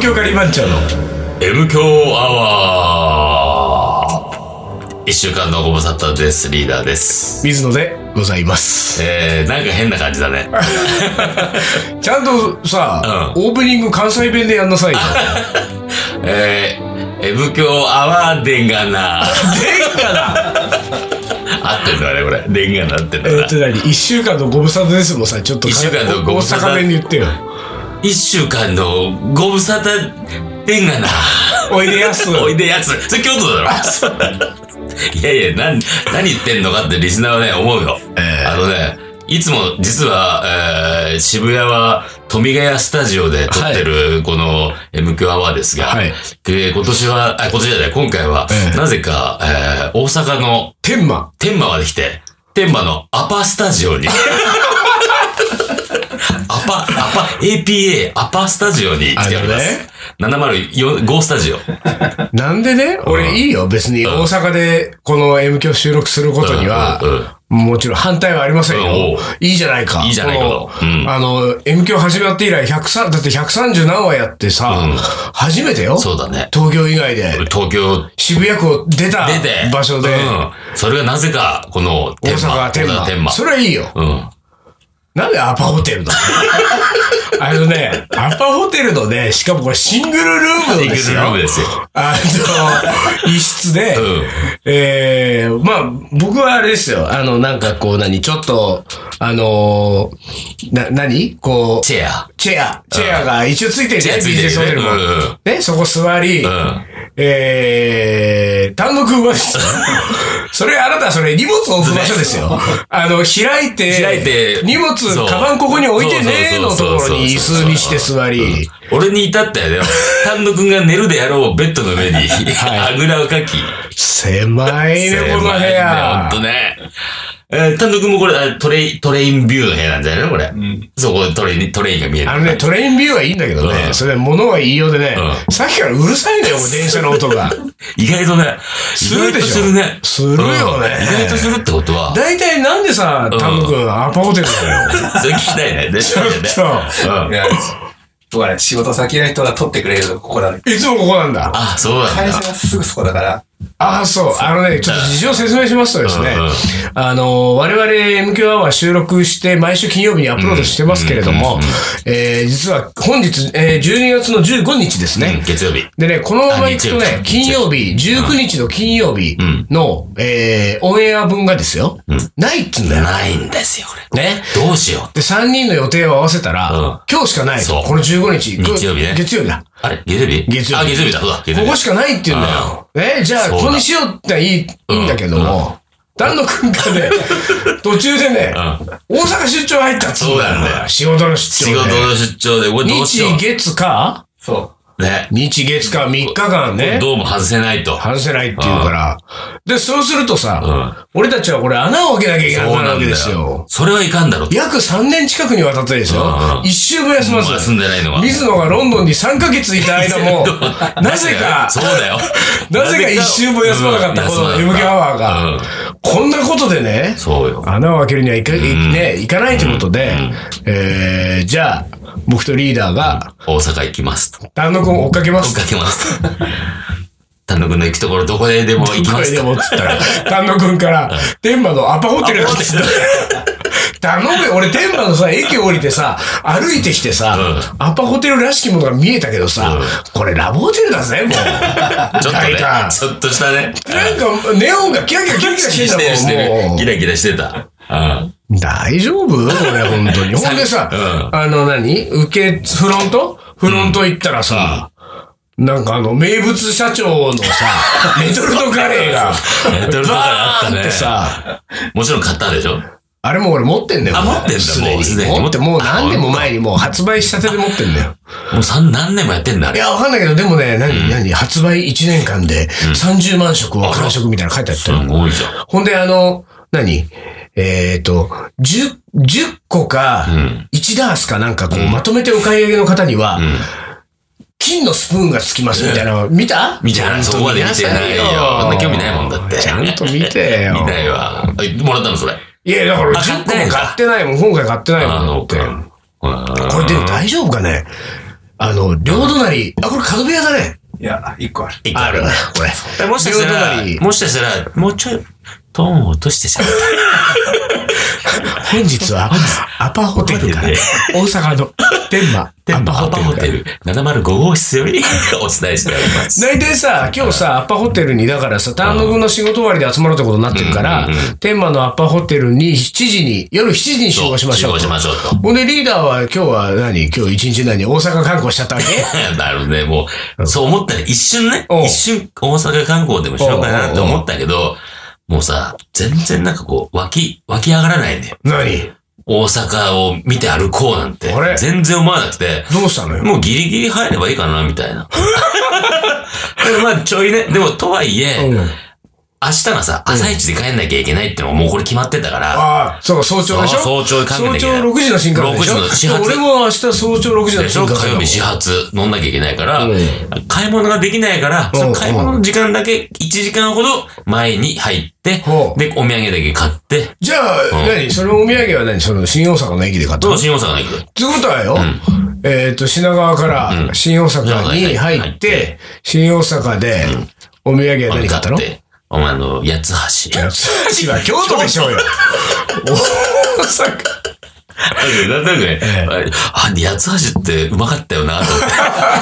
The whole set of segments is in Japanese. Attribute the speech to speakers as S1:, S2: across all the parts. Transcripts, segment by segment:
S1: 強カリバンチャーの
S2: M 強アワー一週間のご無沙汰です。リーダーです。
S1: 水野でございます。
S2: えー、なんか変な感じだね。
S1: ちゃんとさ、オープニング関西弁でやんなさい よ。
S2: えー、M 強アワーでんがな。
S1: でんかな
S2: 合ってるんだね、これ。でんがなってんだ
S1: え
S2: な
S1: っと。何一週間のご無沙汰ですもんさ、ちょっと
S2: 一週間のご無沙汰
S1: 大阪弁に言っ てよ。
S2: 一週間のご無沙汰でんがな。
S1: おいでやす。
S2: おいでやつ。それ京都だろ。いやいや、なん、何言ってんのかってリスナーはね、思うよ。
S1: え
S2: あのね、いつも実は、えー渋谷は富ヶ谷スタジオで撮ってるこの m q アワーですが、
S1: はい
S2: で今年は、あ、今年じゃない、今回は、
S1: ええ
S2: なぜか、えー大阪の
S1: 天満。
S2: 天満まで来て、天満のアパスタ ジオに、アパ、アパ、APA、アパスタジオに来ております。704、スタジオ。
S1: なんでね、
S2: うん
S1: 俺いいよ、別に大阪でこの M 響収録することには
S2: うんうん、
S1: もちろん反対はありません
S2: うんお
S1: よ
S2: う。
S1: いいじゃないか。
S2: いいじゃないかと
S1: この
S2: うん
S1: あの、M 響始まって以来、103、だって130何話やってさ
S2: うん、
S1: 初めてよ。
S2: そうだね。
S1: 東京以外で、
S2: 東京
S1: 渋谷区を出た
S2: 出て、
S1: 場所で、
S2: うん。それがなぜか、この
S1: 大
S2: 天満、
S1: 阪天
S2: 大阪
S1: 満。
S2: 天満。
S1: それはいいよ。
S2: うん。
S1: なんでアパホテルなの あのね、アパホテルのね、しかもこれシングルルーム
S2: シング
S1: です
S2: ル
S1: よ
S2: ルー。ムですよ。
S1: あの、一室で、
S2: うん
S1: ええまあ、僕はあれですよ。あの、なんかこう、何、ちょっと、あのーな、何こう、
S2: チェア。
S1: チェア、チェアが一応ついてるじ
S2: チェ
S1: ゃ
S2: ア
S1: ん、
S2: ついて
S1: BJ ホテ
S2: る
S1: ル
S2: よ
S1: も。
S2: ね。うん
S1: ね、そこ座り、
S2: ん
S1: えー、単独馬です よ。それ、あなた、それ、荷物を置く場所です よ。あの、開いて、
S2: 開いて
S1: 荷物
S2: そ、う
S1: カバンここに置いてねーの
S2: そ
S1: と
S2: うそうそうそう
S1: ころに椅子にして座り、
S2: 俺に至ったよね。丹野くんが寝るでやろう、ベッドの上に、
S1: は
S2: あぐらをかき。
S1: 狭いね、この部
S2: 狭いねほ
S1: 屋
S2: ん。とね。えー、丹野くんもこれ、あトレイ、トレインビューの部屋なんじゃないのこれ。そこ、トレイン、トレインが見える。
S1: あのね、トレインビューはいいんだけどね、
S2: うん
S1: それ物は言いようでね、
S2: う
S1: さっきからうるさいんだよ、もう電車の音 が。
S2: 意外とね、
S1: するでしょ
S2: 意外とするね。
S1: するよね
S2: うん意外とするってことは、
S1: 大体なんでさ、タム君、アパホテルなのよ。
S2: それ聞きた いね。でしょうね。
S1: そう。
S2: うん
S3: いや僕はね、仕事先の人が取ってくれるとここだね。
S1: いつもここなんだ。
S2: あ、そうなん
S3: 会
S2: だ
S3: 社。がすぐそこだから。
S1: ああ、そう。あのね、ちょっと事情を説明しますとですね
S2: うんうん、
S1: あの、我々 MQ アワー収録して、毎週金曜日にアップロードしてますけれども、えー実は本日、えー12月の15日です
S2: うん
S1: ね。
S2: 月曜日。
S1: でね、このまま行くと
S2: あ
S1: ね、
S2: 日曜日
S1: 金曜日、19日の金曜日の、えーオンエア分がですよ、ないっつうんだよ。
S2: ないんですよ、これ。
S1: ね。
S2: どうしよう。
S1: で、3人の予定を合わせたら、
S2: うん
S1: 今日しかない
S2: そ
S1: と。
S2: う
S1: この15日。
S2: 日曜日ね
S1: 月曜日だ。
S2: あれ月曜日
S1: 月曜日
S2: あ、月曜日だ。そうだ、月
S1: こ
S2: 曜日
S1: こ。しかないって言うんだよ。ね、じゃあ、
S2: そうだ
S1: ここにしようっていい、
S2: ん
S1: いいんだけども、丹野くんが ね、途中でね、大阪出張入ったっつうんだ
S2: そう
S1: よ。
S2: なんだよ
S1: 仕事の出
S2: 仕
S1: 張
S2: 事
S1: で。
S2: の出張で、これどうしよ
S1: 日月か
S3: そ
S2: う。ね。
S1: 日月か3日間ね。
S2: どうも外せないと。
S1: 外せないって言うから。で、そうするとさ、俺たちはこれ穴を開けなきゃいけなくなるわけですよ。
S2: それはいかんだろう。
S1: 約3年近くにわたってですよ
S2: う。ん
S1: 一週も休まず。
S2: 休んでないのは。、
S1: 水野がロンドンに3ヶ月いた間も なぜか、
S2: そうだよ。
S1: なぜか一周も休まなかった、この MK アワー
S2: うん
S1: が。こんなことでね、
S2: そうよ。
S1: 穴を開けるにはいか,、ね、いかないということで、えー、じゃあ、僕とリーダーが、
S2: 大阪行きますと。
S1: 丹野くんを追っかけま
S2: 追っ
S1: す。
S2: かけます。 丹野くんの行くところどこへでも行き
S1: こ
S2: ま
S1: れ
S2: す
S1: で
S2: と。
S1: もっつったら、丹野くんから、天満のアパホテルだっつった。頼むよ、俺天満のさ、駅降りてさ、歩いてきてさ、
S2: う
S1: アパホテルらしきものが見えたけどさ、これラブホテルだぜ、もう。
S2: ちょっとね
S1: 体感、
S2: ちょっとしたね。
S1: なんか、ネオンがキラキラキラキラ
S2: して
S1: し
S2: るして
S1: んだ
S2: て
S1: もん、も
S2: る。ギラギラしてた。うん。
S1: う。大丈夫これ、本当に。 ほんでさ、
S2: う
S1: あの何、受け、フロントフロント行ったらさ、なんかあの、名物社長の さ、レトルトカレーが、
S2: レトルトカレーあったね
S1: バーンってさ、
S2: もちろん買ったでしょ
S1: あれもう俺持ってんだよ。
S2: あ
S1: もう
S2: 持ってんだ
S1: すで
S2: もうすでに
S1: に。持って、もう何年も前にもう発売したてで持ってんだよ。
S2: もう三、何年もやってんだ、あ
S1: い
S2: れ。
S1: や、わかんないけど、でもね、何、何、発売1年間で30万食を完食みたいなの書いてあった
S2: す
S1: よ。
S2: ごいじゃん。
S1: ほんで、あの、何えっ、と、10、10個か、1ダースかなんかこう、まとめてお買い上げの方には、金のスプーンがつきますみたいなの、見た
S2: 見てない。そこまで見てないよ。そんな興味ないもんだって。
S1: ちゃんと 見てよ
S2: 見。ないわ。えもらったのそれ。
S1: いや、だから
S2: あ買
S1: 10
S2: っ
S1: 個
S2: てない
S1: も
S2: んだ
S1: 買ってないもん、今回買ってない
S2: あ
S1: もんだ
S2: の、
S1: って。
S2: うん
S1: これでも大丈夫かねあの、両隣、あ、これ角部屋だね。
S3: いや、一個ある。
S2: 一個
S1: あるね、これ。
S2: えもしかした
S1: 両隣
S2: ら、もしかしたら、もうちょい、トーンを落としてしまっ
S1: 本日は、アパホテルから、大阪 の天満
S2: て、
S1: ア
S2: ア
S1: パホ
S2: パ
S1: テル
S2: ホ
S1: から
S2: テ。ル705号室よりお伝えしております。
S1: 大体さ、今日さ、アッパホテルに、だからさ、丹野君の仕事終わりで集まるってことになってるから
S2: うんうんう、
S1: 天満のアッパホテルに7時に、夜7時に集合しましょう
S2: 集合
S1: と。
S2: しましょうと。
S1: ほんで、リーダーは今日は何今日一日何大阪観光しちゃ ったわけ
S2: なるほどね、もう、そう思ったね。一瞬ね
S1: おう、
S2: 一瞬大阪観光でもしようかなって思ったけど、もうさ、全然なんかこう、湧き、湧き上がらないんだよ。
S1: 何
S2: 大阪を見て歩こうなんて
S1: あれ、
S2: 全然思わなくて、
S1: どうしたのよ
S2: もうギリギリ入ればいいかな、みたいな。 でもまあ、ちょいね、でもとはいえ、
S1: うん。
S2: 明日のさ、朝一で帰んなきゃいけないってのはもうこれ決まってたから、
S1: ああ、そうか、早朝でしょ
S2: そう早朝帰ん
S1: 早
S2: なき
S1: 朝
S2: ゃいけない
S1: 6時の新幹線でしょ
S2: 6時の始発
S1: 俺も明日早朝6時の
S2: でし
S1: 新
S2: ょ
S1: 幹線
S2: 火
S1: だ
S2: 曜
S1: もん
S2: 日始発乗んなきゃいけないから
S1: うん、
S2: 買い物ができないから、
S1: うん
S2: その買い物の時間だけ1時間ほど前に入って
S1: ほ、う
S2: で、お土産だけ買って、
S1: じゃあ、
S2: ん
S1: 何そのお土産は何その新大阪の駅で買った
S2: ど
S1: の
S2: う
S1: って
S2: 新大阪の駅で。
S1: ことはよ、えっ、と、品川から新大阪に入っ
S2: うん
S1: て、新大阪で、お土産は何買ったの
S2: 買ってお前あの、八つ橋。
S1: 八つ橋は京都でしょうよ。大阪。
S2: なんとなくね、あ、八つ橋ってうまかったよな、と 思って。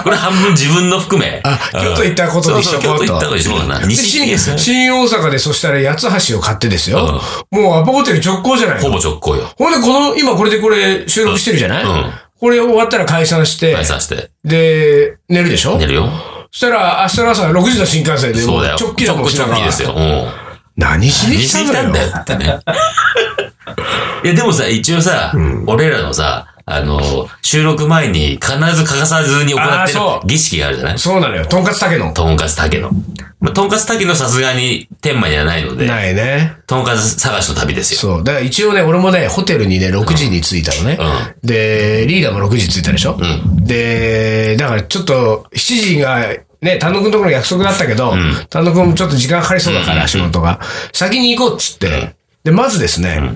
S2: これ半分自分の含め。
S1: あ京都行ったことにしとこうと
S2: そうそう京都行ったことにしとこうかな。
S1: で
S2: 西行き
S1: 新
S2: ですね
S1: 新大阪でそしたら八つ橋を買ってですよ。もうアパホテル直行じゃない
S2: ほ
S1: の。
S2: ぼ直行よ。
S1: ほんで、この、今これでこれ収録してるじゃない、
S2: うん
S1: これ終わったら解散して
S2: 解、散して。
S1: で、寝るでしょ
S2: 寝るよ。
S1: そしたら明日の朝6時の新幹線で、
S2: そうだよ。
S1: 直帰だもん、
S2: 直帰直帰ですよ。うん。
S1: 何しに
S2: 見
S1: 来
S2: せてき
S1: た
S2: た
S1: ん
S2: ん
S1: だ
S2: だ
S1: よ。
S2: よってね。 いや、でもさ、一応さ、俺らのさ、あの、収録前に必ず欠かさずに行
S1: あ
S2: っ
S1: ー
S2: てる
S1: そう
S2: 儀式があるじゃない
S1: そうなのよ。とんかつ竹の。
S2: とんかつ竹の。まあ、とんかつ竹のさすがに天満にはないので、
S1: ないね。
S2: とんかつ探しの旅ですよ。
S1: そう。だから一応ね、俺もね、ホテルにね、6時に着いたのね。で、リーダーも6時着いたでしょ、で、だからちょっと、7時が、ね、単独のところの約束だったけど、単独もちょっと時間かかりそうだから、仕事が。先に行こうっつって。で、まずですね、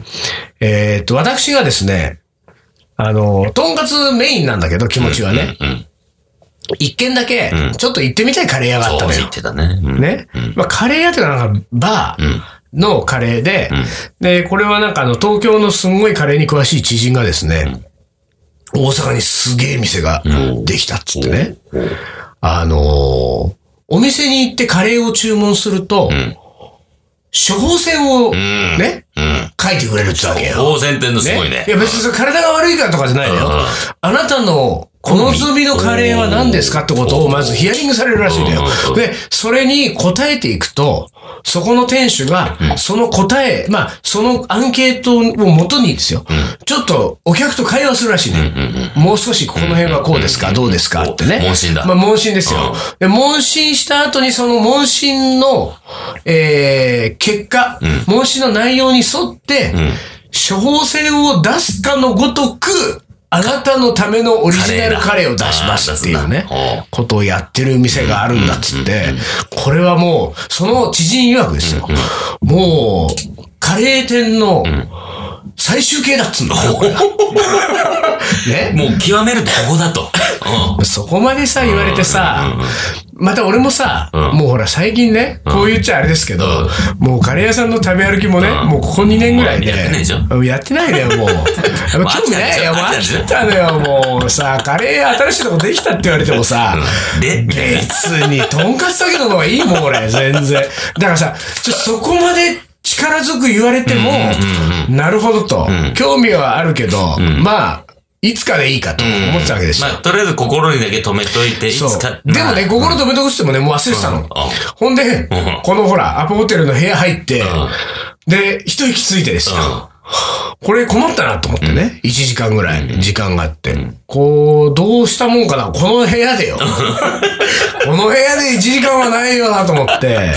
S1: えーっと、私がですね、あの、とんかつメインなんだけど、気持ちはね。
S2: うん。
S1: 一軒だけ、ちょっと行ってみたいカレー屋があ
S2: そ
S1: った
S2: う
S1: のよ
S2: 言。ってたね。うん
S1: ね。まあ、カレー屋というか、なんか、バーのカレーで、で、これはなんか、あの、東京のすんごいカレーに詳しい知人がですね、大阪にすげえ店ができたっつってね、あのーお店に行ってカレーを注文すると、処方箋をね、
S2: うん。
S1: 書いてくれるってわけよ。
S2: 当選ってんのすごいね
S1: い。や別にそれ体が悪いからとかじゃないのよ
S2: うん。
S1: あなたのこの好みのカレーは何ですかってことをまずヒアリングされるらしいんだよ
S2: う。ん
S1: で、それに答えていくと、そこの店主が、その答え、まあ、そのアンケートを元にですよ。ちょっとお客と会話するらしいね。もう少しこの辺はこうですかどうですかってね。
S2: 問診だ
S1: まあ、問診ですよ。で、問診した後にその問診の、えー、結果、問診の内容に沿って、処方箋を出すかのごとく、あなたのためのオリジナルカレーを出しますっていうね
S2: カレーだあー出すんだ、
S1: ことをやってる店があるんだっつって、これはもう、その知人曰くですよ。もう、カレー店の最終形だっつうんだよ、こ れがね。
S2: もう極めるとここだと。
S1: そこまでさ、言われてさ、また俺もさ、
S2: ん
S1: もうほら最近ね、こう言っちゃあれですけど、もうカレー屋さんの食べ歩きもね、もうここ2年ぐらいで。
S2: もうやってないでしょ
S1: やってないね、 もう。やっぱ興味ないよ、もう
S2: もう飽
S1: 飽
S2: き
S1: きたのよ、もうさ、カレー新しいとこできたって言われてもさ、
S2: うん。で、みたいな
S1: 別に、とんかつだけの方がいいもん、俺、全然。だからさ、ちょそこまで力強く言われても、なるほどと、興味はあるけど、まあ、いつかでいいかと思ってたわけですよ。
S2: まあ、とりあえず心にだけ止めといて、いつ
S1: そう。
S2: か。
S1: でもね、
S2: まあ
S1: 心止めとくしてもね、もう忘れてたの。ほんで、
S2: ん
S1: このほら、アパホテルの部屋入って、で、一息ついてですよ。これ困ったなと思ってね。1時間ぐらい時間があって。こう、どうしたもんかな。この部屋でよ。 この部屋で1時間はないよなと思って。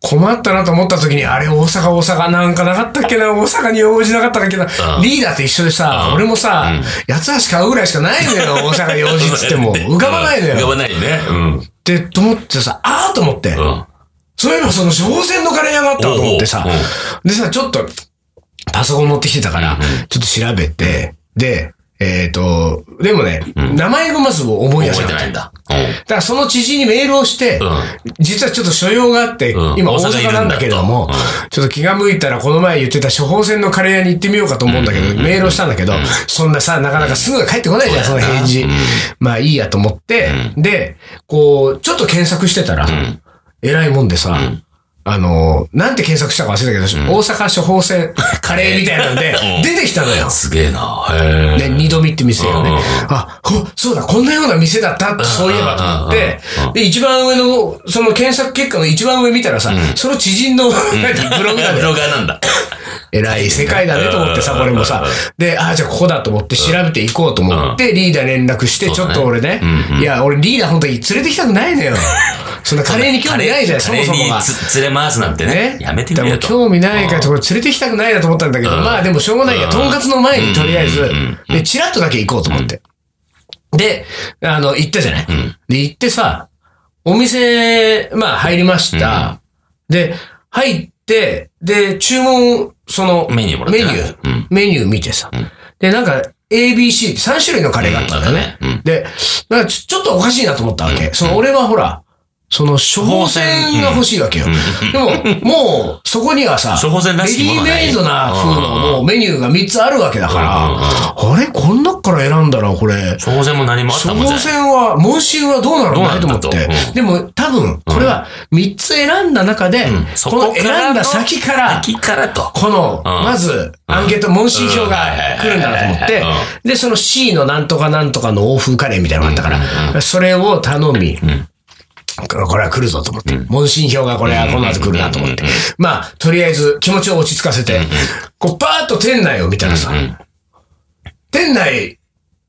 S1: 困ったなと思った時に、あれ大阪大阪なんかなかったっけな大阪に用事なかったっけな
S2: うん
S1: リーダーと一緒でさ、俺もさ、八つ橋買うぐらいしかないのよ、大阪用事っつって も。浮かばないの
S2: 浮か
S1: よ。
S2: ばないね。うん。
S1: って、と思ってさ、あーと思って。
S2: うん。
S1: そういえばその処方箋のカレー屋があったわと思ってさ
S2: おうおう、
S1: でさ、ちょっと、パソコン持ってきてたから、ちょっと調べて、で、えっ、と、でもね、名前がまず思い出
S2: 覚
S1: せ
S2: え
S1: な
S2: て
S1: かっ
S2: な
S1: た。
S2: いん
S1: だ
S2: だ。う
S1: からその知人にメールをして、
S2: ん。うん。
S1: 実はちょっと所用があって、
S2: うん
S1: 今大
S2: 大阪
S1: 阪
S2: にいるんだ
S1: なんだけれども、
S2: と
S1: ちょっと気が向いたらこの前言ってた処方箋のカレー屋に行ってみようかと思うんだけど、メールをしたんだけど、そんなさ、なかなかすぐは帰ってこないじゃん、その返事。まあいいやと思って、で、こう、ちょっと検索してたら、
S2: ん
S1: えらいもんでさ、あの、なんて検索したか忘れたけど、大阪処方箋カレーみたいなんで
S2: うん、
S1: 出てきたのよ。
S2: すげえな。へ
S1: ね、
S2: え。
S1: 二度見って店よ
S2: うんうん
S1: ね
S2: うん。
S1: あ、ほ、そうだ、こんなような店だったって、そういえばと思って
S2: うんうんうんう、
S1: で、一番上の、その検索結果の一番上見たらさ、その知人の、何ブログだ
S2: ブ
S1: ね。
S2: ロガーなんだ。
S1: 偉い世界だねと思ってさ、
S2: うん
S1: これもさ。で、ああ、じゃあここだと思って調べていこうと思って、リーダー連絡して、ち
S2: そう
S1: ょっ
S2: だね
S1: と俺ね、いや、俺リーダー本当に連れてきたくないのよ。そんなカレーに興味ないじゃん、そ
S2: カ
S1: も
S2: レー
S1: そもが
S2: に。つ連れ回すなんてね。やめてくれ
S1: で
S2: よ
S1: も
S2: と。
S1: 興味ないから
S2: うん
S1: とこれ連れてきたくないなと思ったんだけど、
S2: うん
S1: まあでもしょうがないや、
S2: うん
S1: とんかつの前にとりあえ
S2: うん
S1: ず
S2: うんうん、
S1: で、チラッとだけ行こうと思って。で、あの、行ったじゃない、
S2: ん
S1: で、行ってさ、お店、まあ入りました。で、入って、で、注文、その、
S2: メニューもらっ
S1: メ
S2: て
S1: ニ
S2: な
S1: ュー、
S2: うん
S1: メニュー見てさ。で、なんか、ABC って3種類のカレーがあったんだよね。
S2: うんうん
S1: で、なんかちょちょっとおかしいなと思ったわけ。その俺はほら、その処方箋が欲しいわけよ。でも、もう、そこにはさ、
S2: 処方箋らしきものは
S1: レ
S2: ない
S1: ディメイドな風のもうメニューが3つあるわけだ
S2: うんうんうん
S1: から、あれこん中から選んだら、これ。
S2: 処方箋も何もあった
S1: 処
S2: もんじ
S1: 方
S2: ゃない。
S1: 箋は、問診はどうなの
S2: どう
S1: な
S2: なん
S1: いと
S2: だ
S1: 思
S2: と
S1: って
S2: う。ん
S1: でも、多分、これは3つ選んだ中で、
S2: んそ
S1: こ
S2: こ
S1: の
S2: からの
S1: 選んだ先から、
S2: 先からと。
S1: この、
S2: うん
S1: まず、アンケート、問診票が来るんだなと思って
S2: うんはいはいはいは、
S1: で、その C のなんとかなんとかの欧風カレーみたいなのがあったから、それを頼み、これは来るぞと思って、問診票がこれはこの後来るなと思って、まあ、とりあえず気持ちを落ち着かせて、こう、パーッと店内を見たらさ、店内、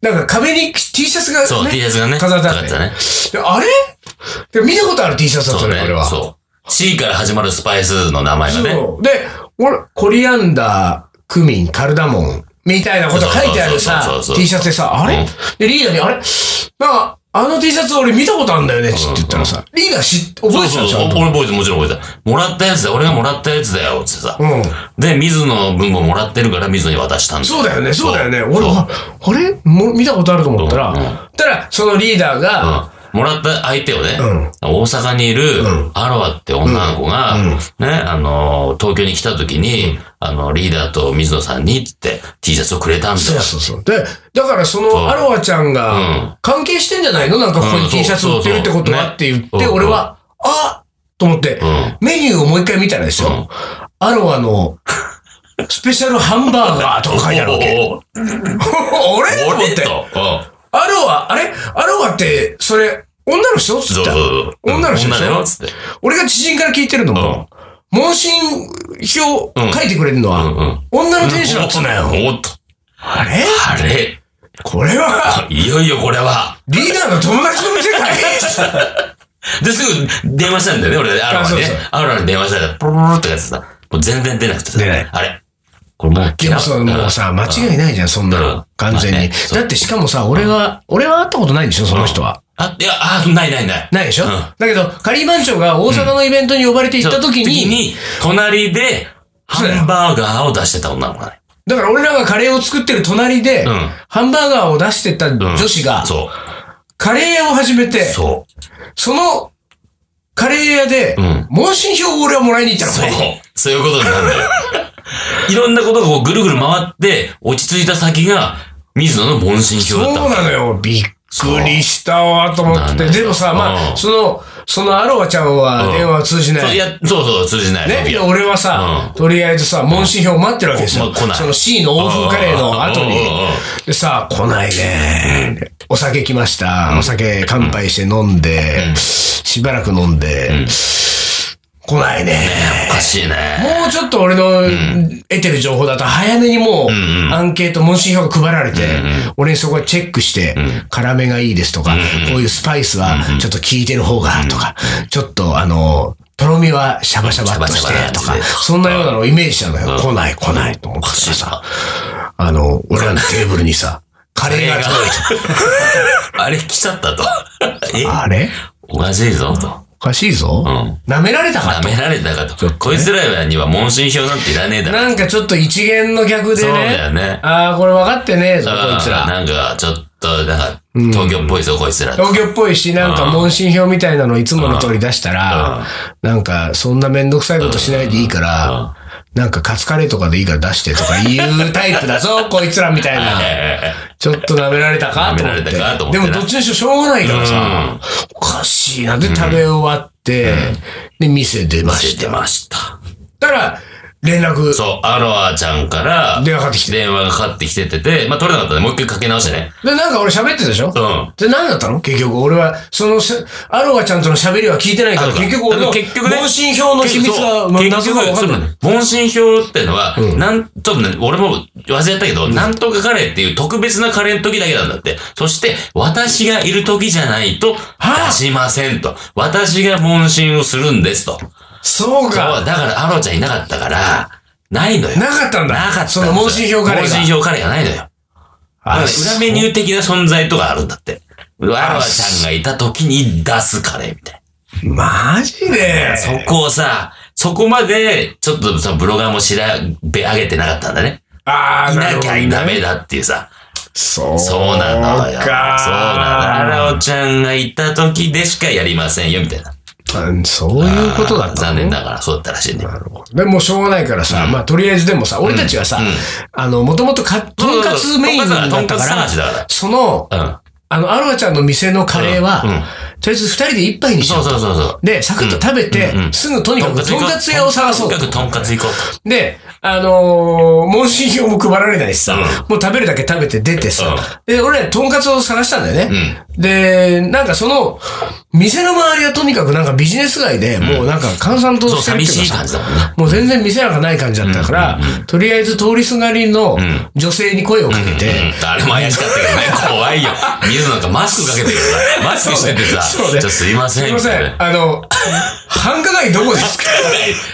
S1: なんか壁に T シャツがね、
S2: そう、T シャツがね。
S1: 飾ってあっ
S2: 飾ってあってね
S1: て、であれで見たことある T シャツだった
S2: そう
S1: ね、これは。
S2: そう。C から始まるスパイスの名前がね。
S1: そう。で、俺、コリアンダー、クミン、カルダモン、みたいなこと書いてあるさ
S2: そうそうそうそうそう、
S1: T シャツでさ、あれ、
S2: うん
S1: で、リーダーに、あれなんか、あの T シャツ俺見たことあるんだよね、つって言ったらさ、リーダー知っ覚
S2: そう
S1: えてた
S2: そう
S1: でし
S2: そう。
S1: ょ
S2: 俺覚えてるもちろん覚えてた。もらったやつだよ。俺がもらったやつだよ。つってさ。
S1: うん。
S2: で、水野の分ももらってるから水野に渡したんだ
S1: そうだよね、そうだよね。
S2: そう
S1: 俺は、あれも見たことあると思ったら、
S2: うん
S1: たら、そのリーダーが、
S2: うんもらった相手をね、
S1: うん
S2: 大阪にいる
S1: ん
S2: アロアって女の子が、
S1: うん
S2: ね、あの、東京に来た時に、あの、リーダーと水野さんにって T シャツをくれたんだよ。
S1: そうそうそう。で、だからそうの、アロアちゃん
S2: うん
S1: が、関係してんじゃないのなんかここ
S2: う
S1: に
S2: んそう
S1: T シャツ売ってるってこと
S2: そうそう
S1: はって言っ
S2: ね
S1: て、
S2: うん
S1: 俺は、あと思って
S2: ん、
S1: メニューをもう一回見たらです
S2: うん
S1: よ。アロアの、スペシャルハンバーガーとか書いてあるわけ。
S2: おおお お
S1: 俺と思
S2: 俺
S1: って
S2: と。。うん
S1: アロア、あれアロアって、それ、女の人っつ
S2: そ
S1: っ
S2: う
S1: た
S2: そうそう。
S1: 女の人でしょ
S2: 女だよ、つって。
S1: 俺が知人から聞いてるのも、問診票書いてくれるの
S2: うんう
S1: は
S2: ん、
S1: 女の店主だっつうなよ。
S2: おっと。
S1: あれ
S2: あれ
S1: これは、
S2: いよいよこれは。
S1: リーダーの友達の店かい
S2: で、すぐ電話したんだよね、俺ね。アロ
S1: あ
S2: ラ
S1: そ
S2: に
S1: う
S2: ね
S1: そう。
S2: アロラに電話したら、プルルルってやってさ、もう全然出なくてさ。
S1: 出ない
S2: あれこれもう、
S1: でもさ、もうさ、間違いないじゃん、そんな
S2: うん
S1: の。完全
S2: まあ
S1: に
S2: ね。そう
S1: だってしかもさ、俺は、俺は会ったことないんでしょ、その人は。
S2: あ、いや、あ、ないないない。
S1: ないでしょ
S2: うん
S1: だけど、カリー番長が大阪のイベントに呼ばれて行った時に、
S2: 隣で、ハンバーガーを出してた女の子がね。
S1: だから俺らがカレーを作ってる隣で
S2: うん、
S1: ハンバーガーを出してた
S2: うん
S1: 女子が、
S2: そ
S1: カレー屋を始めて
S2: う。、そう。
S1: その、カレー屋で
S2: うん、
S1: 問診票を俺はもらいに行った
S2: そう
S1: の。これ。
S2: そういうことにな るんだよ。いろんなことがこうぐるぐる回って、落ち着いた先が、水野の問診票だ
S1: そ
S2: っ
S1: う
S2: た。
S1: なのよ。びっくりしたわ、と思
S2: な
S1: っ
S2: んだ
S1: て。
S2: よ
S1: でもさ、ま
S2: う
S1: あ、
S2: ん
S1: その、そのアロアちゃんは電話は通じな
S2: そうい
S1: い。
S2: や、そうそう、通じない。
S1: ね、で俺はさ、
S2: うん
S1: とりあえずさ、問診票待ってるわけですよ。
S2: こ来ない
S1: その C の欧風カレーの後
S2: うんうんうんうん
S1: に。でさ、来ないね。お酒来ました。お酒乾杯して飲んで、しばらく飲んで、来ないね。
S2: おかしいね。
S1: もうちょっと俺の得てる情報だと早めにもうアンケート、問診票が配られて、俺にそこはチェックして、辛めがいいですとか、こういうスパイスはちょっと効いてる方がとか、ちょっとあの、とろみはシャバシャバっとしてと
S2: シャバシャバな
S1: か
S2: や、つで
S1: そんなようなのをイメージしたのよ。来ない来ないと思っ
S2: お
S1: て
S2: かしい
S1: さ、
S2: さ。
S1: あの、俺らのテーブルにさ、カレーが届いて、
S2: あれ来ちゃったと。え
S1: あれ
S2: おかしいぞと。
S1: かしいぞ。
S2: うん。
S1: 舐められたか
S2: 舐
S1: と
S2: め。られたかと。こいつらには問診票なんていらねえだろ。
S1: なんかちょっと一元の逆で
S2: そうだよ
S1: ね。
S2: ね。
S1: ああ、これ分かってねえぞ、
S2: うん
S1: こいつら。
S2: なんか、ちょっと、なんか、東京っぽいぞ、こいつら。
S1: 東京っぽいし、なんか問診票みたいなのいつもの通り出したら、なんかそんなめんどくさいことしないでいいから、なんかカツカレーとかでいいから出してとかいうタイプだぞ、 こいつらみたいな。
S2: え
S1: ちょっと舐められたか
S2: 舐め
S1: と思
S2: られ
S1: って
S2: たかと。思
S1: で
S2: ってな
S1: もどっちにしろしょうがないからさ、おかしいな。で、食べ終わって、で、店出ま
S2: ー
S1: し
S2: 出て
S1: た。
S2: ました。
S1: たら、連絡、
S2: そう、アロアちゃんから、
S1: 電話かかってきて
S2: 電話がかかってきててて、まあ取れなかったね。もう一回かけ直してね。
S1: で、なんか俺喋ってたでしょ
S2: うん。あ
S1: で、何だったの結局、俺は、そのし、アロガちゃんとの喋りは聞いてないから、
S2: そうか
S1: 結局俺
S2: だ
S1: の、
S2: から結局ね
S1: 問診票の秘密が、
S2: そう
S1: まあ
S2: 結
S1: 謎が分
S2: 局、
S1: か
S2: そ
S1: んな
S2: の
S1: い。
S2: 問診票っていうのは、
S1: うん
S2: なん、ちょっとね、俺も忘れたけど、なんとかカレーっていう特別なカレーの時だけなんだって。そして、私がいる時じゃないと、
S1: あ
S2: 出しませんと。私が問診をするんですと。
S1: そう
S2: そう、
S1: か。
S2: だからアロちゃんいなかったから、ないのよ。
S1: なかったんだ。
S2: なかったんです
S1: そ
S2: よ
S1: の問診票カレーが。
S2: 問診票カレーがないのよ。
S1: あ、
S2: 裏メニュー的な存在とかあるんだって。わらわちゃんがいた時に出すカレーみたい
S1: そうマジで
S2: な。。そこをさ、そこまで、ちょっとそのブロガーも調べ上げてなかったんだね。
S1: ああ、
S2: い
S1: なるほ
S2: なき
S1: ど
S2: ゃ
S1: ね
S2: ダメだっていうさ。
S1: そう。
S2: そうなのよ。そうなの。あら
S1: の
S2: おちゃんがいた時でしかやりませんよ、みたいな。
S1: そういうことだったの
S2: 残念ながらそうだったらしいね。
S1: なるほどでもうしょうがないからさ、まあとりあえずでもさ、俺たちはさ、
S2: うん
S1: あの、もともとか、とんかつメインだった
S2: とんか
S1: か
S2: つ探しだからら、
S1: その、
S2: う
S1: あの、アロアちゃんの店のカレーは、
S2: うんうん
S1: とりあえず二人で一杯に
S2: ん。
S1: し
S2: そ
S1: よ
S2: う
S1: うと。
S2: そうそうそう。
S1: で、サクッと食べて、
S2: うんうん
S1: すぐとにかくとんかつ屋を探そう
S2: とにかくとんかつ行こうと。
S1: で、あのー、問診票も配られないしさ、もう食べるだけ食べて出てさ、で、俺らとんかつを探したんだよね。で、なんかその、店の周りはとにかくなんかビジネス街で、もうなんか閑散と
S2: そう、
S1: してるっ
S2: 寂
S1: ていう
S2: し
S1: か
S2: い
S1: さ
S2: 感じだもんね。
S1: もう全然店なんかない感じだったから、とりあえず通りすがりの女性に声をかけて、
S2: うんあれも怪しかったけどね、怖いよ。水野なんかマスクかけてるから、マスクしててさ、
S1: そうね
S2: ちょっとすいません、
S1: すいませ、
S2: みたいな
S1: あ
S2: ん
S1: の、繁華街どこですか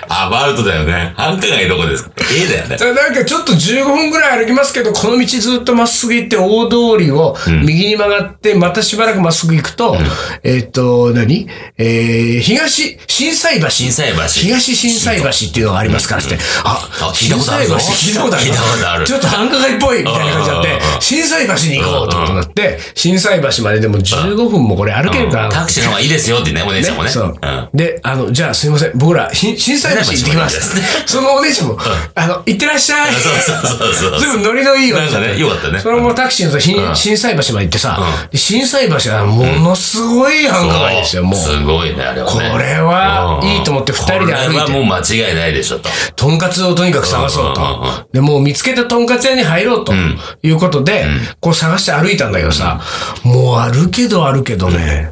S2: アバウトだよね。繁華街どこですか ?A だよね。
S1: なんかちょっと15分ぐらい歩きますけど、この道ずっとまっすぐ行って、大通りを右に曲がって、またしばらくまっすぐ行くと、えっと、何えー、東、震災橋。
S2: 心斎橋
S1: 東震災橋っていうのがありますからって。あ
S2: あ聞いたことあるぞ
S1: 心斎橋聞いたことある。
S2: 聞いたことある
S1: ちょっと繁華街っぽいみたいな感じだっ
S2: うんうんうんう
S1: て、
S2: ん
S1: 震災橋に行こうってことになって、震災橋まででも15分もこれ歩けるかな。
S2: タクシーの方がいいですよってね、お姉ちゃんもね。
S1: そう
S2: うん。
S1: で、あの、じゃあすいません、僕ら、し震災橋行ってきま
S2: 震災橋行ってき
S1: す。そのお姉ちゃんも、あの、行ってらっしゃい。
S2: そうそうそう
S1: で
S2: そう。
S1: もノリのいいわ
S2: なんかね、よかったね。
S1: それもタクシーのさ、ひん心斎橋まで行ってさ、で心斎橋はものすごい繁華街ですよ、もう。
S2: すごいね、あれはね。
S1: これはいいと思って二人で歩いて
S2: これはもう間違いないでしょ、と。
S1: とんかつをとにかく探そう
S2: うんうんうん
S1: と。で、もう見つけたとんかつ屋に入ろうということで、こう探して歩いたんだけどさ、もうあるけどあるけどね、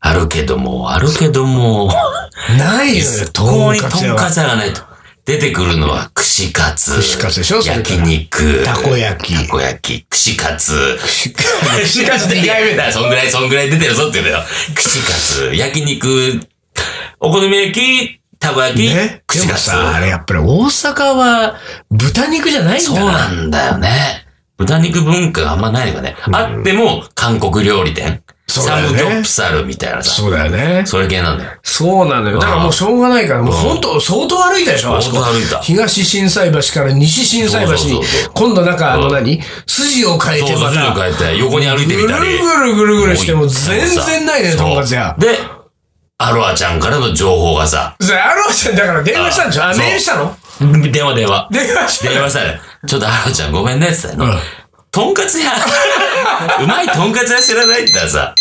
S2: あるけども、あるけども、
S1: ないよね、
S2: ここと
S1: ん
S2: にと
S1: かつ屋
S2: んか
S1: は。
S2: つ屋がないと。出てくるのは串カツ。
S1: 串カツでしょそれから
S2: 焼肉。
S1: たこ焼き
S2: たこ焼き、串カツ。
S1: しっかり串カツ2回目だ。
S2: だから、そんぐらい、そんぐらい出てるぞって言うんだよ。串カツ、焼肉、お好み焼き、たこ焼き、
S1: ね。で
S2: 串
S1: も
S2: カツ。
S1: さ、あれやっぱり大阪は豚肉じゃないんだ
S2: そう
S1: な。
S2: なんだよね。豚肉文化があんまないのかね。あっても、韓国料理店。
S1: そう
S2: サ
S1: だよ
S2: ム
S1: ね
S2: ギョプサルみたいなさ。
S1: そうだよね。
S2: それ系なんだよ。
S1: そうなのよ。だからもうしょうがないから、もう本当相当歩いたでしょ、あそこ
S2: 相当歩いた
S1: 東震災橋から西震災橋
S2: そう
S1: に
S2: そうそうそう、
S1: 今度なんかあの何筋を変え
S2: そう
S1: て
S2: そう、
S1: ま
S2: 筋を
S1: た。
S2: 変えて、横に歩い
S1: ぐ
S2: てみた
S1: る
S2: り。
S1: ぐるぐるぐるしても全然ないね、
S2: そう
S1: とんかつ屋。
S2: で、アロアちゃんからの情報がさ、
S1: じゃあ、アローちゃんだから電話したんでしょあ、
S2: そう
S1: メールしたの
S2: 電話電話。
S1: 電話した
S2: 電話したら、ちょっとアロアちゃんごめんねって言ったの
S1: うん。
S2: とんかつ屋 うまいとんかつ屋知らないって言ったらさ、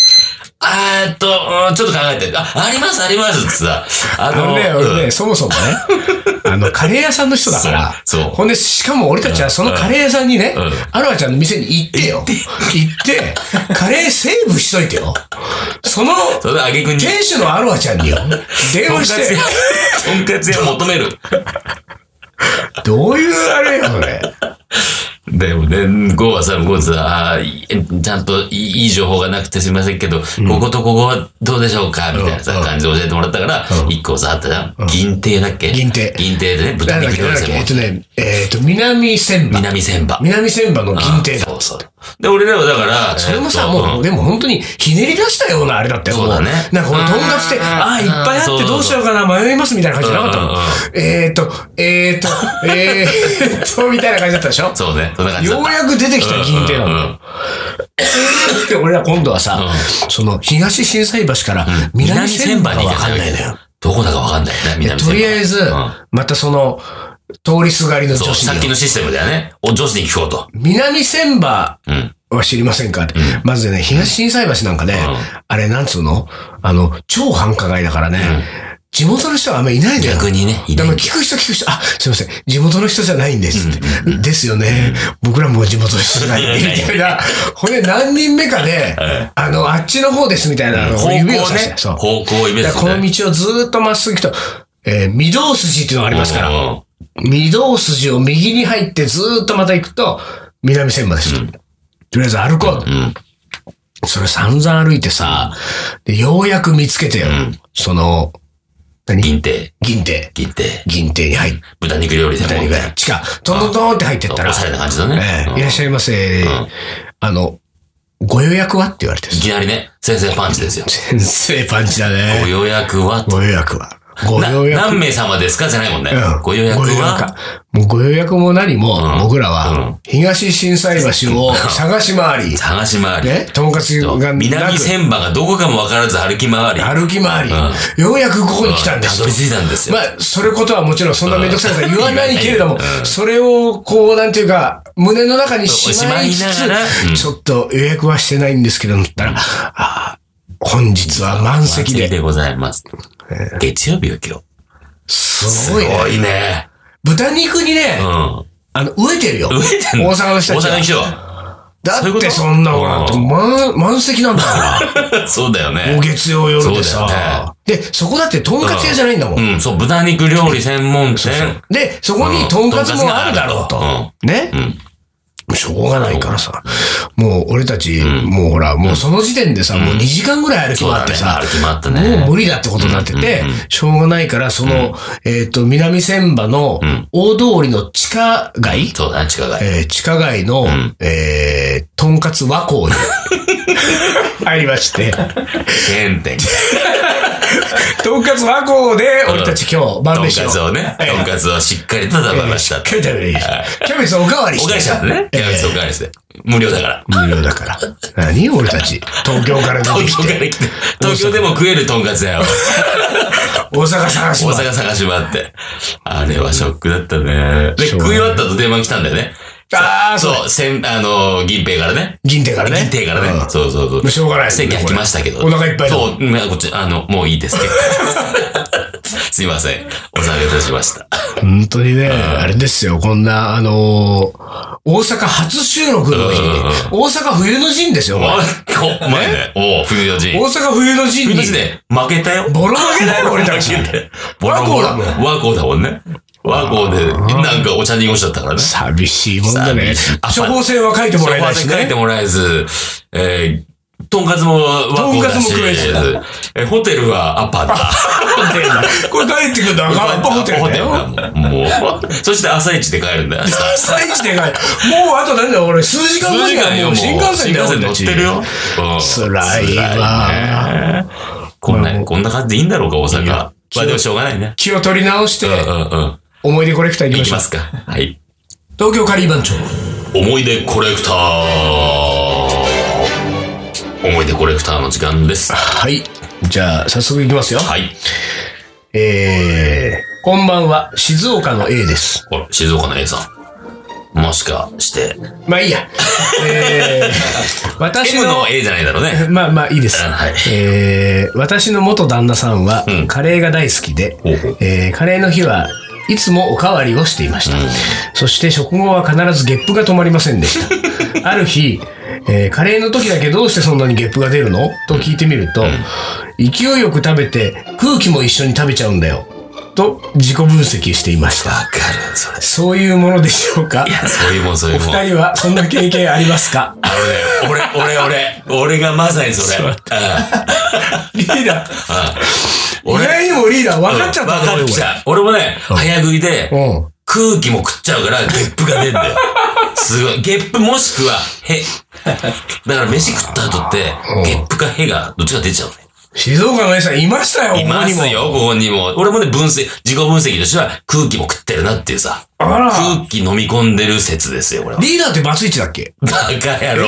S2: あーっと、うんちょっと考えて、あ、ありますありますってさ、あ
S1: あのね、
S2: うん
S1: 俺ね、そも そもね、あの、カレー屋さんの人だから、
S2: そうそう
S1: ほんで、しかも俺たちはそのカレー屋さんにね
S2: うん、
S1: アロアちゃんの店に行ってよ。行って、カレーセーブしといてよ。その、
S2: それであげくに、
S1: 店主のアロアちゃんによ、電
S2: とんか
S1: 話
S2: つ
S1: し
S2: 屋
S1: て、、
S2: とんかつ屋求める。
S1: どういうあれよ、これ。
S2: でもね、5はさ、5さ、あーいちゃんといいいい情報がなくてすみませんけど、こことここはどうでしょうかみたいなさ、
S1: うん
S2: 感じで教えてもらったから、1個さ、あったじゃん。銀亭だっけ
S1: 銀亭
S2: 銀亭でね、豚
S1: なんだっけ、
S2: 肉料
S1: なん
S2: 理
S1: だっけ、えっ
S2: 専
S1: と
S2: 門。
S1: ね、えっと、南千葉。
S2: 南千葉。
S1: 南千葉の銀亭だ。
S2: そうそう。で、俺らはだから、
S1: それも
S2: え
S1: さ、
S2: ーと
S1: もう、でも本当にひねり出したようなあれだったよ。
S2: そうだね
S1: もなんかこのとんかつって、
S2: うん
S1: ああ、いっぱいあって
S2: そうそうそう
S1: どうしようかな、迷いますみたいな感じじゃなか
S2: うんうん
S1: ったの。えーと、えーと、えーと、みたいな感じだったでしょ
S2: そうね、そんな感じだ
S1: よ
S2: っ
S1: う
S2: た。
S1: やく出てきた銀亭な
S2: うんうんう
S1: の
S2: ん。
S1: で、俺ら今度はさ、その東震災橋から南
S2: 南
S1: 千
S2: 千
S1: 葉
S2: 葉
S1: が
S2: に
S1: わ
S2: 行
S1: か
S2: か
S1: ん
S2: な
S1: ない
S2: い
S1: の
S2: の
S1: よ
S2: よ。。どこだかわかんないね、
S1: いや
S2: 南千葉。
S1: とりあえず
S2: うん、
S1: またその、通りすがりの
S2: そ
S1: 女
S2: う、
S1: 子
S2: さっき
S1: に、
S2: のシステムだよね。お女子に聞こうと。
S1: 南千葉
S2: うん。
S1: は知りませんかって。まずね、東震災橋なんかね、
S2: うん
S1: あれなんつうのあの、超繁華街だからね、地元の人はあんまいないんだよ。
S2: 逆にね、い
S1: だ
S2: ない
S1: か
S2: ん
S1: ら聞
S2: だ
S1: く人聞く人、あ、すいません、地元の人じゃないんですって。ですよね、僕らもう地元の人じゃないんで、みたいな。ほんで何人目かで、あの、あっちの方ですみたいなの
S2: 方
S1: を
S2: 向
S1: 指をさして
S2: ね。。
S1: そう。
S2: 方向をイメー
S1: だ
S2: ジ
S1: からこの道をずーっとまっすぐ行くと、えー、御堂筋っていうのがありますから、御堂筋を右に入ってずーっとまた行くと、南千葉ですと。とりあえず歩こう。
S2: ん
S1: それ散々歩いてさ、で、ようやく見つけてよ。その、何
S2: 銀亭、
S1: 銀亭。
S2: 銀亭、
S1: 銀亭に入って、
S2: 豚肉料理専門店。
S1: 地下、トントントンって入ってったら
S2: おし、ゃれな感じだ
S1: え
S2: ね。
S1: えいらっしゃいませ、あの、ご予約はって言われて
S2: い
S1: さ
S2: きなりね、先生パンチですよ。
S1: 先生パンチだ
S2: ご
S1: ね。
S2: 予約は
S1: ご予約は。ご
S2: な
S1: 予約は
S2: 何名様ですかじゃないもんね
S1: うん。
S2: ご予約
S1: ご予約
S2: は
S1: かもうご予約も何も、
S2: うん
S1: 僕ら
S2: う
S1: は、東震災橋を探し回り、
S2: 探し回り。
S1: ね、とんかつがな
S2: 南
S1: く、
S2: 千葉がどこかも分からず歩き回り。
S1: 歩き回り、ようやくここに来たんです
S2: たど
S1: と
S2: り。着いたんですよ
S1: ま。あ、それことはもちろんそんなめんどくさいことは言わないけれども
S2: 言わない、
S1: それをこう、なんていうか、胸の中にしまいつ
S2: しまいながらうん
S1: つ、ちょっと予約はしてないんですけど、だったら、あー本日は満席
S2: 満
S1: で。
S2: ございます。月曜日よ、今日。
S1: す
S2: す
S1: ごいね。
S2: ごいね。
S1: 豚肉にね
S2: う、ん。
S1: あの、飢えてるよ。
S2: 飢えてんの
S1: 大阪の人た
S2: 大
S1: ちは
S2: 阪の人 は。
S1: だ
S2: そういう
S1: っ
S2: こ
S1: て
S2: と
S1: そんなもんなんて、
S2: うん
S1: 満、満席なんだから。
S2: そうだよね
S1: お。月曜夜で
S2: そうだよ
S1: さ。で、そこだってとんかつ屋じゃないんだもん。
S2: うん、そう、豚肉料理専門店。
S1: で、そこにとんかつもあるだろうと。
S2: う
S1: ね、しょうがないからさ。もう俺たち、もうほら、もうその時点でさ、もう2時間ぐらい歩き
S2: そう
S1: 回
S2: だ
S1: って
S2: ね。
S1: さ、
S2: 歩き回った
S1: もう
S2: ね。
S1: 無理だってことになってて、しょうがないから、その、えっ、と、南千葉の大通りの地下街、
S2: そうだね、地下街。
S1: えー地下街の、えー、とんかつ和 光に入りまして、
S2: チェーン店。
S1: とんかつ和光で、俺たち今日、晩
S2: とんか
S1: 飯を。
S2: つをね、
S1: ええ
S2: とんかつをしっかりと食べまし。
S1: しったかり食べれるキャベツおかわりし
S2: お
S1: て。
S2: 返しだったね。
S1: ええ
S2: キャベツお返しで。無料だから。
S1: 無料だから。何俺たち。東京から出て
S2: 東
S1: き
S2: 京か
S1: て。
S2: ら来て、東京でも食えるとんかつやよ。
S1: 大阪探し
S2: 大
S1: ま
S2: 阪探し回って。あれはショックだったね。で、
S1: しょう
S2: 食
S1: がな
S2: い
S1: い
S2: 終わったと電話来たんだよね。
S1: ああ、そうだ。
S2: そう、せん、あの、銀平からね。
S1: 銀亭からね。
S2: 銀亭からね。
S1: うん
S2: そうそうそ
S1: も
S2: う。
S1: うしょうがないよね
S2: 席が来ましたけど。
S1: これお腹いっぱいだ
S2: そう、うんこっち、あの、もういいですけど。 すいません。お騒がせしました。
S1: 本当にね、あれですよ。こんな、あのー大阪初収録の日
S2: うんうんうん、
S1: 大阪冬の陣ですよ。お前
S2: あお前ね。おう、冬の陣。
S1: 大阪冬の陣
S2: 冬
S1: に
S2: の、陣で負けたよ。
S1: ボロ負けだよ、俺たち。
S2: ボロボロ
S1: 和光だ
S2: 和光だもんね。和光で、なんかお茶に濁しちゃったからね。
S1: 寂しいもんだね
S2: 寂しい。あ
S1: 処方箋は書いてもらえないし
S2: 書い
S1: ね
S2: て。もらえず、えー、とんかつも和光だし、
S1: とんかつも食えず
S2: えーホテルはアッパ ーだった。
S1: これ帰ってくるの 赤っぽホテルだよ。
S2: だもんもう。そして朝一で帰るんだよ。
S1: 最地でかい。もうあとなんだよ、俺、数時間後にはもう新幹線だよ、俺
S2: 新幹線乗
S1: た
S2: っ
S1: ち。
S2: てるよ。
S1: 辛いわ
S2: 辛いねこん
S1: まあもう
S2: な、こんな感じでいいんだろうか、大
S1: い
S2: 阪。
S1: や
S2: まあでもしょうがないね。
S1: 気を取り直して、
S2: うんうん
S1: 思い出コレクター
S2: うん。
S1: 行
S2: い
S1: き
S2: き
S1: ま
S2: ま
S1: しょ
S2: すか。はい。
S1: う。東京カリー番長。
S2: 思い出コレクター。思い出コレクターの時間です。は
S1: はい。じゃあ、早速行きますよ。
S2: い。
S1: えー、こんばんは、静岡の A です。
S2: ほら、静岡の A さん。もしかして、
S1: まあいいや。え ー、私
S2: M
S1: の
S2: の、A じゃないだろうね。
S1: まあまあいいです。
S2: はい
S1: えー、私の元旦那さんは
S2: う、ん
S1: カレーが大好きで、
S2: ほうほう
S1: えーカレーの日はいつもおかわりをしていました。そして食後は必ずゲップが止まりませんで した。ある日、えーカレーの時だけどうしてそんなにゲップが出るのと聞いてみると、勢いよく食べて空気も一緒に食べちゃうんだよ。と自己分析していました。
S2: わかる、それ。
S1: そういうものでしょうか
S2: いや、そういうもん、そういうもん。
S1: 二人はそんな経験あります か
S2: あのね、俺、俺、俺、俺がまさにそれ。うんうん
S1: リーダー。意
S2: 俺、
S1: 外にもリーダー分かっちゃったと思う
S2: 分
S1: よ
S2: かっちゃう。俺もね、早食いで、
S1: こ
S2: 空気も食っちゃうから、ゲップが出ん だよ。すごい。ゲップもしくは、へ。だから飯食った後って
S1: うん、
S2: ゲップかへが、どっちか出ちゃうね。
S1: れ。うん。静岡の餌いましたよ、
S2: いますよ、ここにも。俺もね、分析、自己分析としては、空気も食ってるなっていうさ。
S1: ここにも。あら。
S2: 空気飲み込んでる説ですよ、俺は。
S1: リーダーってバツイチだっけ
S2: バカ野郎。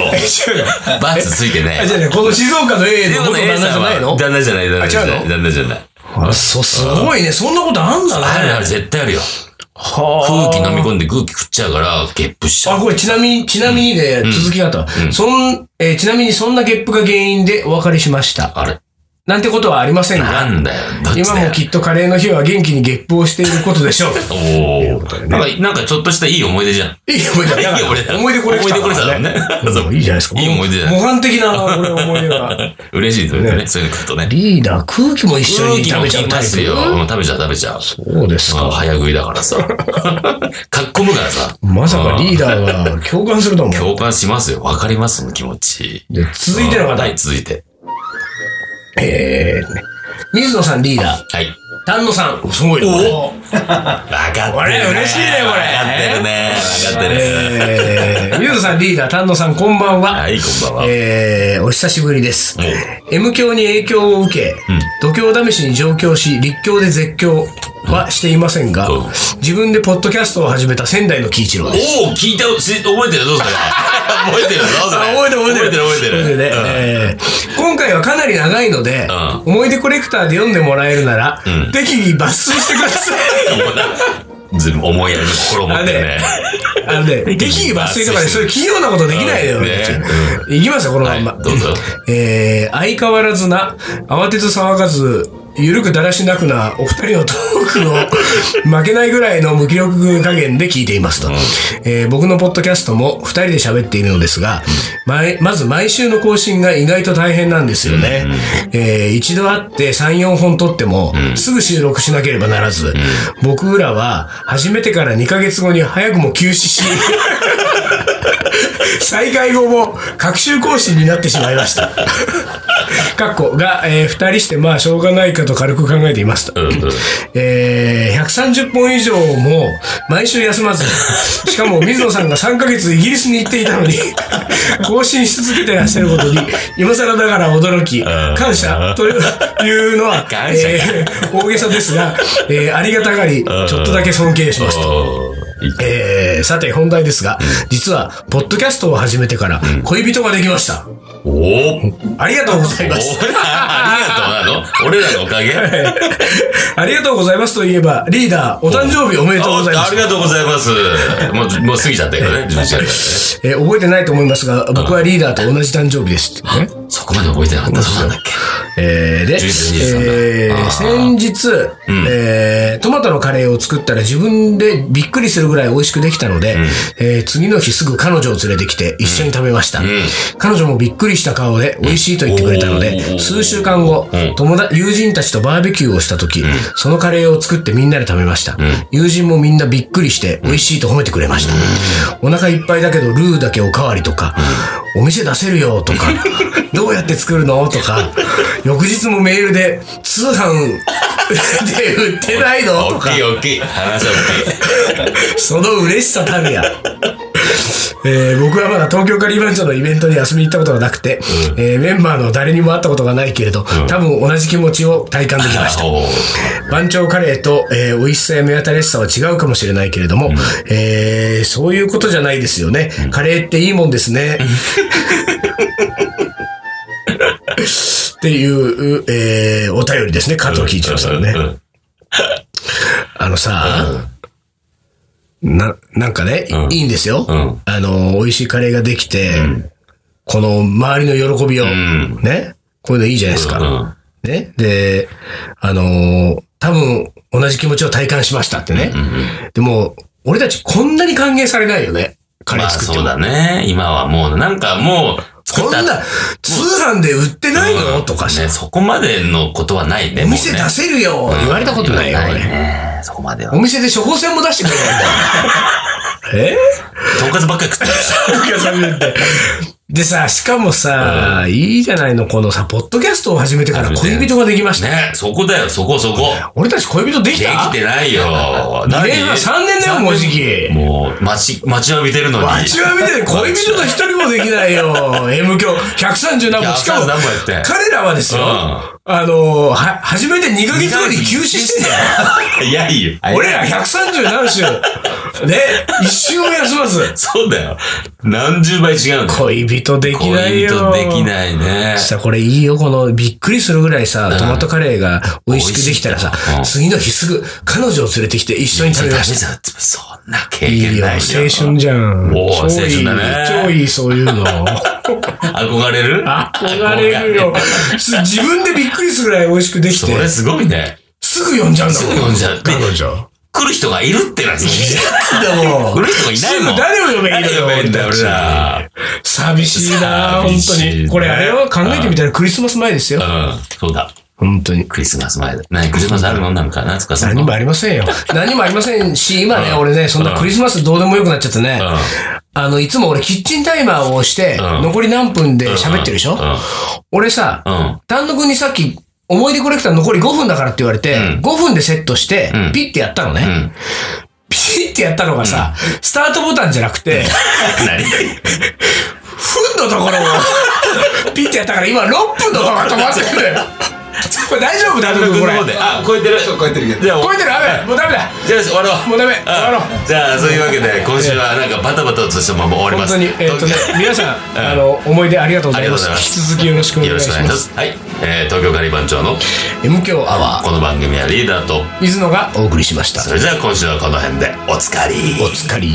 S2: バツついてね
S1: あ、。じゃあね、この静岡の A
S2: で
S1: の
S2: も
S1: 元旦
S2: ね、A
S1: 那じ
S2: さ
S1: ゃ
S2: ん
S1: ないの
S2: は、旦那じゃない、旦那じゃ
S1: あ違
S2: な
S1: う
S2: い、
S1: の
S2: 旦那じゃない。
S1: あ、そう、すごいね。そんなことあんだね。
S2: あるある、絶対あるよ。
S1: は
S2: 空
S1: あ
S2: 気飲み込んで空気食っちゃうから、ゲップしちゃ
S1: あ、
S2: う。
S1: これちなみに、ちなみにで、続きがあったわ。そん、えーちなみにそんなゲップが原因でお別れしました。
S2: あれ、
S1: なんてことはありません
S2: な
S1: が、
S2: んだよ、どっち
S1: 今
S2: だ
S1: も
S2: よ。
S1: きっとカレーの日は元気にゲップをしていることでしょう。
S2: おー。なんか、なんかちょっとしたいい 思い出じゃん。
S1: いい思い出
S2: いい思い出だ
S1: 思い出コレクター
S2: 思い出コレクターだもんね
S1: そういいじゃないですか。
S2: いい思い出だ
S1: 模範的な、これ思い出が。
S2: 嬉しいですよね、
S1: ね
S2: そういうことね。
S1: リーダー、空気も一緒
S2: 空
S1: に
S2: 気
S1: 食
S2: も
S1: べちゃ
S2: き
S1: うタ
S2: ま
S1: イプ
S2: すよ。うん食べちゃう、食べちゃう。
S1: そうです
S2: うん
S1: か。
S2: 早食いだか らさ。かっこむからさ。
S1: まさかリーダーが共感すると思う。
S2: 共感しますよ。わかります、その気持ち。
S1: で続いての
S2: うん
S1: 方
S2: は、い、続いて。
S1: えー、水野さんリーダー、
S2: はい。
S1: 丹野さん。すごいよ
S2: おわかってるね。
S1: これ嬉しいねこれ
S2: わかってるね。わかってる
S1: え
S2: ね。
S1: ー、水野さんリーダー、丹野さん、こんばんは。
S2: はい、こんばんは。
S1: えー、お久しぶりです
S2: お。
S1: M 教に影響を受け、度胸試しに上京し、立教で絶叫はしていませんが、
S2: うん
S1: 自分でポッドキャストを始めた仙台の喜一郎です。
S2: おお聞いた、し覚えてるぞ、それ。覚えてるぞ、それ。
S1: 覚えてる覚えてる
S2: 覚えてる、覚えてる。うん
S1: えー今回はかなり長いので、
S2: う
S1: 思い出コレクターで読んでもらえるなら、
S2: うん
S1: 適宜抜粋してください。
S2: ず思いやりの心を持ってね。
S1: あの ね、適宜抜粋とかね、そういう器用なことできないのよ、
S2: うん
S1: 俺たち
S2: ね
S1: いきますよ、このま
S2: はい
S1: んま。、
S2: どうぞ。
S1: えー相変わらずな、慌てず騒がず、ゆるくだらしなくなお二人のトー クを負けないぐらいの無気力加減で聞いていますと。えー僕のポッドキャストも二人で喋っているのですが、毎まず毎週の更新が意外と大変なんですよね。えー一度会って3、4本撮っても、すぐ収録しなければならず、僕らは始めてから2ヶ月後に早くも休止し、再開後も、隔週更新になってしまいま した。かっこが、えー二人して、まあ、しょうがないかと軽く考えていました。
S2: うんうん
S1: えー、130本以上も、毎週休まず、しか も水野さんが3ヶ月イギリスに行っていたのに、更新し続けてらっしゃることに、今更ながら驚き、感謝というのは、
S2: 感謝か
S1: えー大げさですが、えーありがたがり、ちょっとだけ尊敬しました。
S2: おーいい
S1: えー、さて本題ですが、実は、ポッドキャストを始めてから、恋人ができました。
S2: おー
S1: ありがとうござい
S2: お
S1: ます。
S2: ーありがとうなの俺らのおかげ
S1: ありがとうございますといえば、リーダー、お誕生日おめでとうございま
S2: ああ
S1: す
S2: り。がとうございます。もう、もう過ぎちゃったよね、11月だからね。
S1: えー覚えてないと思いますが、僕はリーダーと同じ誕生日ですってね。
S2: そこまで覚えてなかった。そうなんだっけ。
S1: えーで、
S2: 11
S1: えー先日、えートマトのカレーを作ったら自分でびっくりするぐらい美味しくできたので、えー次の日すぐ彼女を連れてきて一緒に食べました。彼女もびっくりした顔で美味しいと言ってくれたので、
S2: うん
S1: 数週間後、
S2: うん
S1: 友達友人たちとバーベキューをした時、そのカレーを作ってみんなで食べました。友人もみんなびっくりして美味しいと褒めてくれました。お腹いっぱいだけどルーだけおかわりとか、お店出せるよと か、どうやって作るのとか、翌日もメールで通販 で売ってないのと
S2: 大
S1: か
S2: きい、大きい。話は
S1: その嬉しさたるや。 えー僕はまだ東京カリー番長のイベントに遊びに行ったことがなくて、えーメンバーの誰にも会ったことがないけれど、多分同じ気持ちを体感できました。
S2: 大きい。
S1: 番長カレーと、えー美味しさや目新しさは違うかもしれないけれども、えーそういうことじゃないですよね。カレーっていいもんです ね。っていう、えーお便りですね。加藤喜一郎さんね
S2: う。ん
S1: あのさ、な、なんかね、
S2: うん
S1: いいんですよ。
S2: うん
S1: あの、美味しいカレーができて、この周りの喜びを、
S2: ん
S1: ね、こういうのいいじゃないですか。
S2: うん
S1: ね。で、あのー多分同じ気持ちを体感しましたってね。でも、俺たちこんなに歓迎されないよね。カレー
S2: まあ
S1: 作って
S2: そう
S1: も。
S2: だね。今はもう、なんかもう、
S1: こん
S2: 作った
S1: な通販で売ってないの、
S2: うん
S1: とかさ、
S2: ね、そこまでのことはないね。
S1: お店出
S2: もうね
S1: せるよ、言われたことないよ、
S2: うん
S1: 俺。
S2: ね。そこまでは
S1: お。店で処方箋も出してくれ ないんだよ。
S2: とんかつばっかり食ってる。
S1: えでさ、しかもさ、いいじゃないの、このさ、ポッドキャストを始めてから恋人ができ ました。
S2: ね、そこだよ、そこそこ。
S1: 俺たち恋人でき
S2: で
S1: た
S2: きてないよ。
S1: 二年は3年だよ、もうじき。
S2: もう、待ち、待ちわびてるのに。
S1: わちは見て恋人と一人もできない よ。M 教130何本。しかも
S2: 130何本やって、
S1: 彼らはですよ、
S2: うん
S1: あのー、は、初めて2ヶ月後に休止してん だよ。
S2: 早いよ。
S1: 俺ら130何 週。ね、一週も休まず。
S2: そうだよ。何十倍違うんだよ。
S1: 恋人できないよ。
S2: 恋人できないね。
S1: さ、これいいよ、この、びっくりするぐらいさ、トマトカレーが美味しくできたらさ
S2: 美味しい、うん
S1: 次の日すぐ、彼女を連れてきて一緒に食べました。
S2: そんな経
S1: いい
S2: 験
S1: よ、
S2: ない
S1: 青
S2: よ。
S1: 春じゃん。
S2: おー
S1: 超いい
S2: 青春だね
S1: 超いい、そう いうの。
S2: 憧れる
S1: 憧れるよ。自分でびっくりするぐらい美味しくでき
S2: そ
S1: て、
S2: れすごいね。
S1: すぐ呼んじゃうんだもん。
S2: すぐ呼んじゃう
S1: 彼女。
S2: 来る人がいるってのはす
S1: でも
S2: 来る人がいない
S1: す
S2: もん
S1: ぐ誰を呼べばいい
S2: 誰
S1: の
S2: 呼
S1: よ
S2: べばいいんだよ
S1: 俺たち寂しいな本
S2: 寂
S1: 当
S2: しい
S1: に。
S2: ね
S1: これあれは考えてみたらクリスマス前ですよ
S2: ご。い。うん。そうだ。
S1: 本当に。
S2: クリスマス前だ。何クリスマスあるのなんか、なんつうかその
S1: 何もありませんよ。何もありませんし、今ね、
S2: うん
S1: 俺ね、そんなクリスマスどうでもよくなっちゃってね
S2: うん。
S1: あの、いつも俺キッチンタイマーを押して、
S2: うん
S1: 残り何分で喋ってるでしょ
S2: うんうん
S1: 俺さ
S2: うん、
S1: 丹野くんにさっき、思い出コレクター残り5分だからって言われて、5分でセットして
S2: う、ん
S1: ピッてやったのね。
S2: うん。
S1: ピッてやったのがさ、スタートボタンじゃなくて、
S2: 何
S1: ふんのところを、ピッてやったから今6分のところが止まってるんだよ。これ大丈夫だとこれ。
S2: あ、超えてる。
S3: そう、こうやってるけど。
S2: じゃあ、
S1: 超えてるダメもうダメだ
S2: じゃあ終わろう。
S1: もうダメ
S2: ん
S1: 終わろ
S2: じゃあ、そういうわけで、今週はなんかバタバタとしたまま終わりま
S1: 本
S2: す。
S1: 当に、え っとね、皆さん、
S2: ん
S1: あの、思い出ありがとうございま
S2: ありがとうございます
S1: す。引き続きよろしくお
S2: よ
S1: 願
S2: ろ
S1: い
S2: し
S1: し
S2: くお願いし
S1: ま。
S2: ますす。はい。えー、東京カリバン長の
S1: M 強アワ
S2: この番組はリーダーと、
S1: ー、水野がお送りしました。
S2: それじゃあ今週はこの辺で、おつかり。
S1: お疲れ。